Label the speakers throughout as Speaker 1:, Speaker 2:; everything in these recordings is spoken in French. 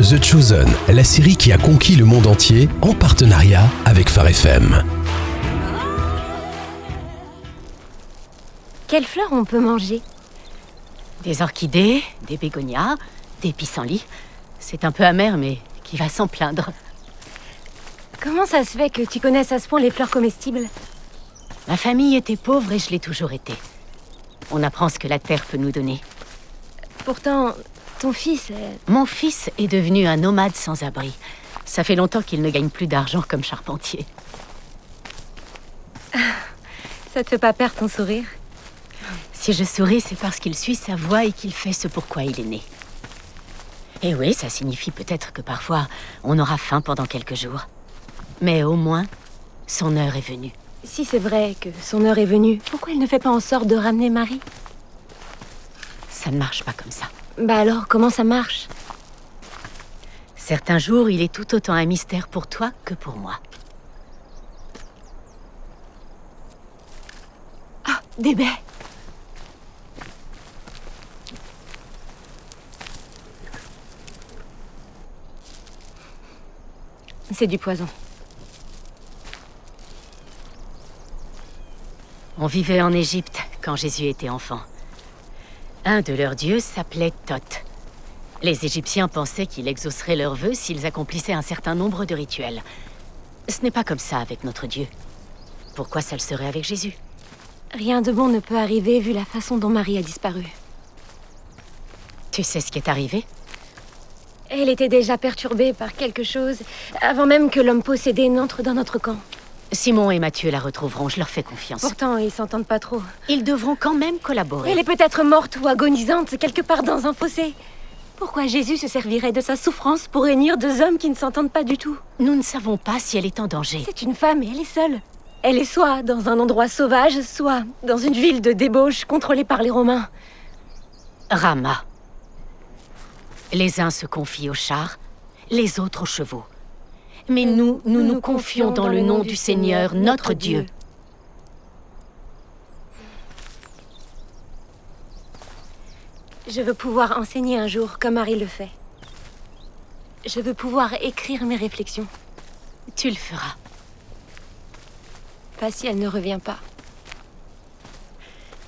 Speaker 1: The Chosen, la série qui a conquis le monde entier en partenariat avec Phare FM.
Speaker 2: Quelles fleurs on peut manger
Speaker 3: Des orchidées, des bégonias, des pissenlits. C'est un peu amer, mais qui va s'en plaindre.
Speaker 2: Comment ça se fait que tu connaisses à ce point les fleurs comestibles
Speaker 3: Ma famille était pauvre et je l'ai toujours été. On apprend ce que la terre peut nous donner.
Speaker 2: Pourtant, ton fils, euh,
Speaker 3: Mon fils est devenu un nomade sans abri. Ça fait longtemps qu'il ne gagne plus d'argent comme charpentier.
Speaker 2: ça te fait pas perdre ton sourire
Speaker 3: Si je souris, c'est parce qu'il suit sa voie et qu'il fait ce pourquoi il est né. Et oui, ça signifie peut-être que parfois on aura faim pendant quelques jours. Mais au moins, son heure est venue.
Speaker 2: Si c'est vrai que son heure est venue, pourquoi il ne fait pas en sorte de ramener Marie
Speaker 3: Ça ne marche pas comme ça.
Speaker 2: Bah alors, comment ça marche
Speaker 3: Certains jours, il est tout autant un mystère pour toi que pour moi.
Speaker 2: Ah, des baies C'est du poison.
Speaker 3: On vivait en Égypte quand Jésus était enfant. Un de leurs dieux s'appelait Thoth. Les Égyptiens pensaient qu'il exaucerait leurs vœux s'ils accomplissaient un certain nombre de rituels. Ce n'est pas comme ça avec notre Dieu. Pourquoi ça le serait avec Jésus
Speaker 2: Rien de bon ne peut arriver vu la façon dont Marie a disparu.
Speaker 3: Tu sais ce qui est arrivé
Speaker 2: Elle était déjà perturbée par quelque chose avant même que l'homme possédé n'entre dans notre camp.
Speaker 3: Simon et Matthieu la retrouveront, je leur fais confiance.
Speaker 2: Pourtant, ils s'entendent pas trop.
Speaker 3: Ils devront quand même collaborer.
Speaker 2: Oh. Elle est peut-être morte ou agonisante quelque part dans un fossé. Pourquoi Jésus se servirait de sa souffrance pour réunir deux hommes qui ne s'entendent pas du tout
Speaker 3: Nous ne savons pas si elle est en danger.
Speaker 2: C'est une femme et elle est seule. Elle est soit dans un endroit sauvage, soit dans une ville de débauche contrôlée par les Romains.
Speaker 3: Rama. Les uns se confient aux chars, les autres aux chevaux. Mais nous, Euh, nous nous confions dans le nom du Seigneur, notre Dieu.
Speaker 2: Je veux pouvoir enseigner un jour comme Marie le fait. Je veux pouvoir écrire mes réflexions,
Speaker 3: Tu le feras.
Speaker 2: pas si elle ne revient pas.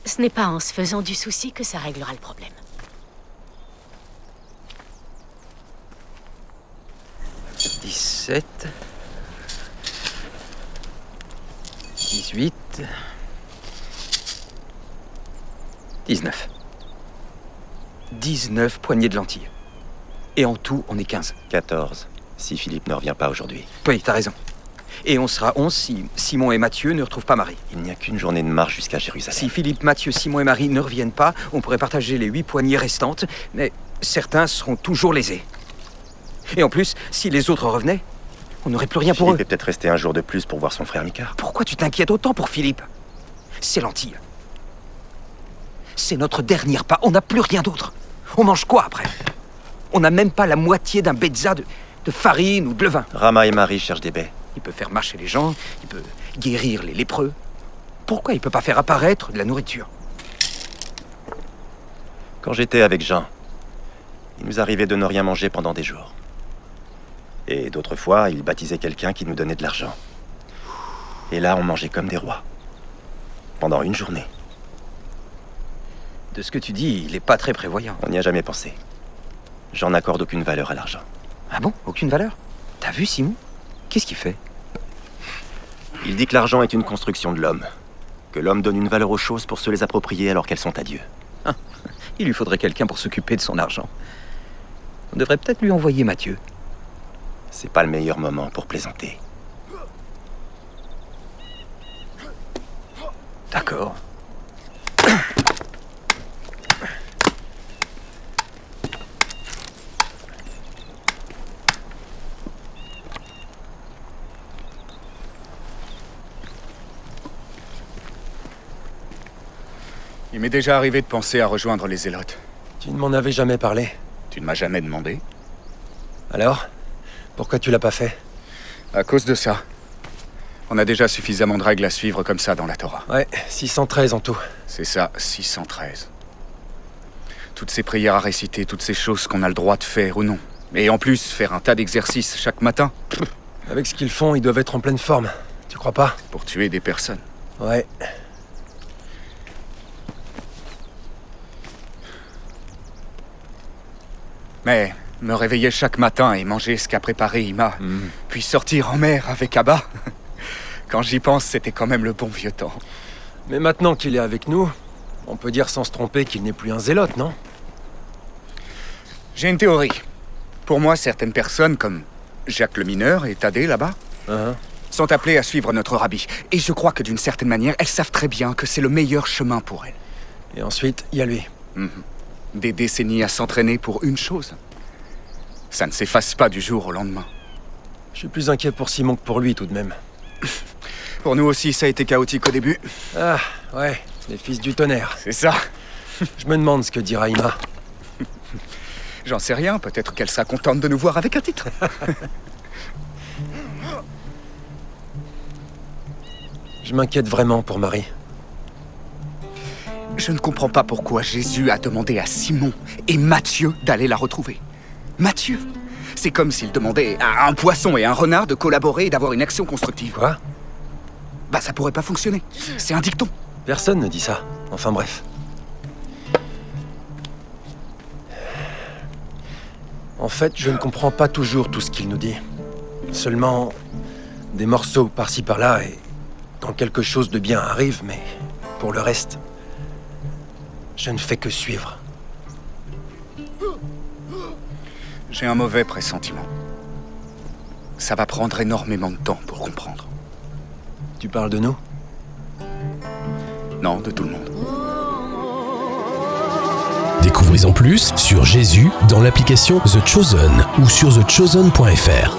Speaker 3: Ce n'est pas en se faisant du souci que ça réglera le problème.
Speaker 4: « 17... 18... 19. 19 poignées de lentilles. Et en tout, on est 15.
Speaker 5: 14. Si Philippe ne revient pas aujourd'hui.
Speaker 4: Oui, t'as raison. Et on sera 11 si Simon et Mathieu ne retrouvent pas Marie.
Speaker 5: Il n'y a qu'une journée de marche jusqu'à Jérusalem.
Speaker 4: Si Philippe, Mathieu, Simon et Marie ne reviennent pas, on pourrait partager les 8 poignées restantes, mais certains seront toujours lésés. Et en plus, si les autres revenaient, on n'aurait plus rien
Speaker 5: Philippe
Speaker 4: pour eux.
Speaker 5: est peut-être resté un jour de plus pour voir son frère Micard.
Speaker 4: Pourquoi tu t'inquiètes autant pour Philippe C'est lentilles. C'est notre dernier pas, on n'a plus rien d'autre. On mange quoi après On n'a même pas la moitié d'un bezza de, de farine ou de levain.
Speaker 5: Rama et Marie cherchent des baies.
Speaker 4: Il peut faire marcher les gens, il peut guérir les lépreux. Pourquoi il peut pas faire apparaître de la nourriture
Speaker 5: Quand j'étais avec Jean, il nous arrivait de ne rien manger pendant des jours. Et d'autres fois, il baptisait quelqu'un qui nous donnait de l'argent. Et là, on mangeait comme des rois. Pendant une journée.
Speaker 4: De ce que tu dis, il n'est pas très prévoyant.
Speaker 5: On n'y a jamais pensé. Jean n'accorde aucune valeur à l'argent.
Speaker 4: Ah bon Aucune valeur T'as vu Simon Qu'est-ce qu'il fait
Speaker 5: Il dit que l'argent est une construction de l'homme. Que l'homme donne une valeur aux choses pour se les approprier alors qu'elles sont à Dieu.
Speaker 4: Il lui faudrait quelqu'un pour s'occuper de son argent. On devrait peut-être lui envoyer Mathieu.
Speaker 5: C'est pas le meilleur moment pour plaisanter.
Speaker 4: D'accord.
Speaker 6: Il m'est déjà arrivé de penser à rejoindre les Zélotes.
Speaker 7: Tu ne m'en avais jamais parlé.
Speaker 6: Tu ne m'as jamais demandé
Speaker 7: Alors Pourquoi tu l'as pas fait
Speaker 6: À cause de ça. On a déjà suffisamment de règles à suivre comme ça dans la Torah.
Speaker 7: Ouais, 613 en tout.
Speaker 6: C'est ça, 613. Toutes ces prières à réciter, toutes ces choses qu'on a le droit de faire ou non. Et en plus, faire un tas d'exercices chaque matin
Speaker 7: Avec ce qu'ils font, ils doivent être en pleine forme. Tu crois pas
Speaker 6: pour tuer des personnes.
Speaker 7: Ouais.
Speaker 6: Mais me réveiller chaque matin et manger ce qu'a préparé Ima, puis sortir en mer avec Abba. Quand j'y pense, c'était quand même le bon vieux temps.
Speaker 7: Mais maintenant qu'il est avec nous, on peut dire sans se tromper qu'il n'est plus un zélote, non
Speaker 6: J'ai une théorie. Pour moi, certaines personnes, comme Jacques le Mineur et Thaddée là-bas, Uh-huh.
Speaker 7: Hein
Speaker 6: sont appelées à suivre notre rabbi. Et je crois que d'une certaine manière, elles savent très bien que c'est le meilleur chemin pour elles.
Speaker 7: Et ensuite, il y a lui.
Speaker 6: Des décennies à s'entraîner pour une chose. Ça ne s'efface pas du jour au lendemain.
Speaker 7: Je suis plus inquiet pour Simon que pour lui, tout de même.
Speaker 6: Pour nous aussi, ça a été chaotique au début.
Speaker 7: Ah, ouais, les fils du tonnerre.
Speaker 6: C'est ça.
Speaker 7: Je me demande ce que dira Ima.
Speaker 6: J'en sais rien, peut-être qu'elle sera contente de nous voir avec un titre.
Speaker 7: Je m'inquiète vraiment pour Marie.
Speaker 6: Je ne comprends pas pourquoi Jésus a demandé à Simon et Matthieu d'aller la retrouver. Matthieu C'est comme s'il demandait à un poisson et un renard de collaborer et d'avoir une action constructive.
Speaker 7: Quoi
Speaker 6: Bah ça pourrait pas fonctionner. C'est un dicton.
Speaker 7: Personne ne dit ça. Enfin bref. En fait, je ne comprends pas toujours tout ce qu'il nous dit. Seulement des morceaux par-ci par-là et quand quelque chose de bien arrive, mais pour le reste, je ne fais que suivre.
Speaker 6: J'ai un mauvais pressentiment. Ça va prendre énormément de temps pour comprendre.
Speaker 7: Tu parles de nous
Speaker 6: Non, de tout le monde.
Speaker 1: Découvrez en plus sur Jésus dans l'application The Chosen ou sur thechosen.fr.